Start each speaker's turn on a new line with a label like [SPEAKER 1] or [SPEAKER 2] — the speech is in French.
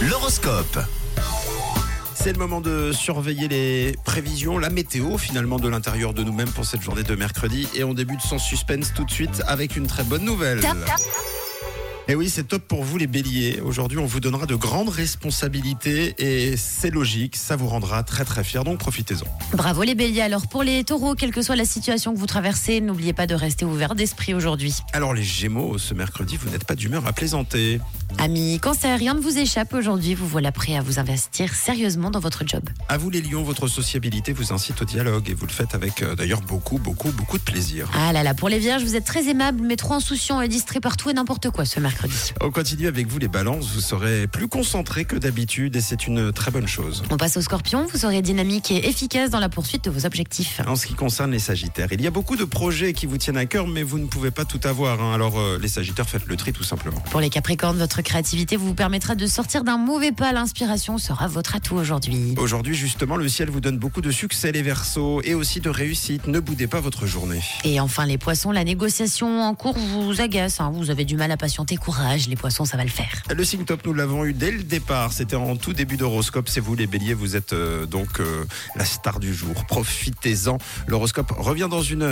[SPEAKER 1] l'horoscope.
[SPEAKER 2] C'est le moment de surveiller les prévisions, la météo finalement de l'intérieur de nous-mêmes pour cette journée de mercredi. Et on débute sans suspense tout de suite avec une très bonne nouvelle. Et oui, c'est top pour vous les béliers. Aujourd'hui, on vous donnera de grandes responsabilités et c'est logique, ça vous rendra très très fiers, donc profitez-en.
[SPEAKER 3] Bravo les béliers. Alors pour les taureaux, quelle que soit la situation que vous traversez, n'oubliez pas de rester ouvert d'esprit aujourd'hui.
[SPEAKER 2] Alors les gémeaux, ce mercredi, vous n'êtes pas d'humeur à plaisanter.
[SPEAKER 3] Amis cancer, rien ne vous échappe aujourd'hui. Vous voilà prêt à vous investir sérieusement dans votre job.
[SPEAKER 2] À vous les lions, votre sociabilité vous incite au dialogue et vous le faites avec euh, d'ailleurs beaucoup, beaucoup, beaucoup de plaisir.
[SPEAKER 3] Ah là là, pour les vierges, vous êtes très aimables, mais trop insouciants et distraits par tout et n'importe quoi ce mercredi.
[SPEAKER 2] On continue avec vous les balances, vous serez plus concentrés que d'habitude et c'est une très bonne chose.
[SPEAKER 3] On passe aux scorpions, vous serez dynamique et efficace dans la poursuite de vos objectifs.
[SPEAKER 2] En ce qui concerne les Sagittaires, il y a beaucoup de projets qui vous tiennent à cœur, mais vous ne pouvez pas tout avoir. hein. Alors euh, les Sagittaires, faites le tri tout simplement.
[SPEAKER 3] Pour les capricornes, votre créativité vous permettra de sortir d'un mauvais pas. L'inspiration sera votre atout aujourd'hui.
[SPEAKER 2] Aujourd'hui justement, le ciel vous donne beaucoup de succès les Verseaux et aussi de réussite. Ne boudez pas votre journée.
[SPEAKER 3] Et enfin les poissons, la négociation en cours vous agace. hein. Vous avez du mal à patienter. Courage, les poissons, ça va le faire.
[SPEAKER 2] Le signe top, nous l'avons eu dès le départ. C'était en tout début d'horoscope. C'est vous les béliers, vous êtes euh, donc euh, la star du jour. Profitez-en. L'horoscope revient dans une heure.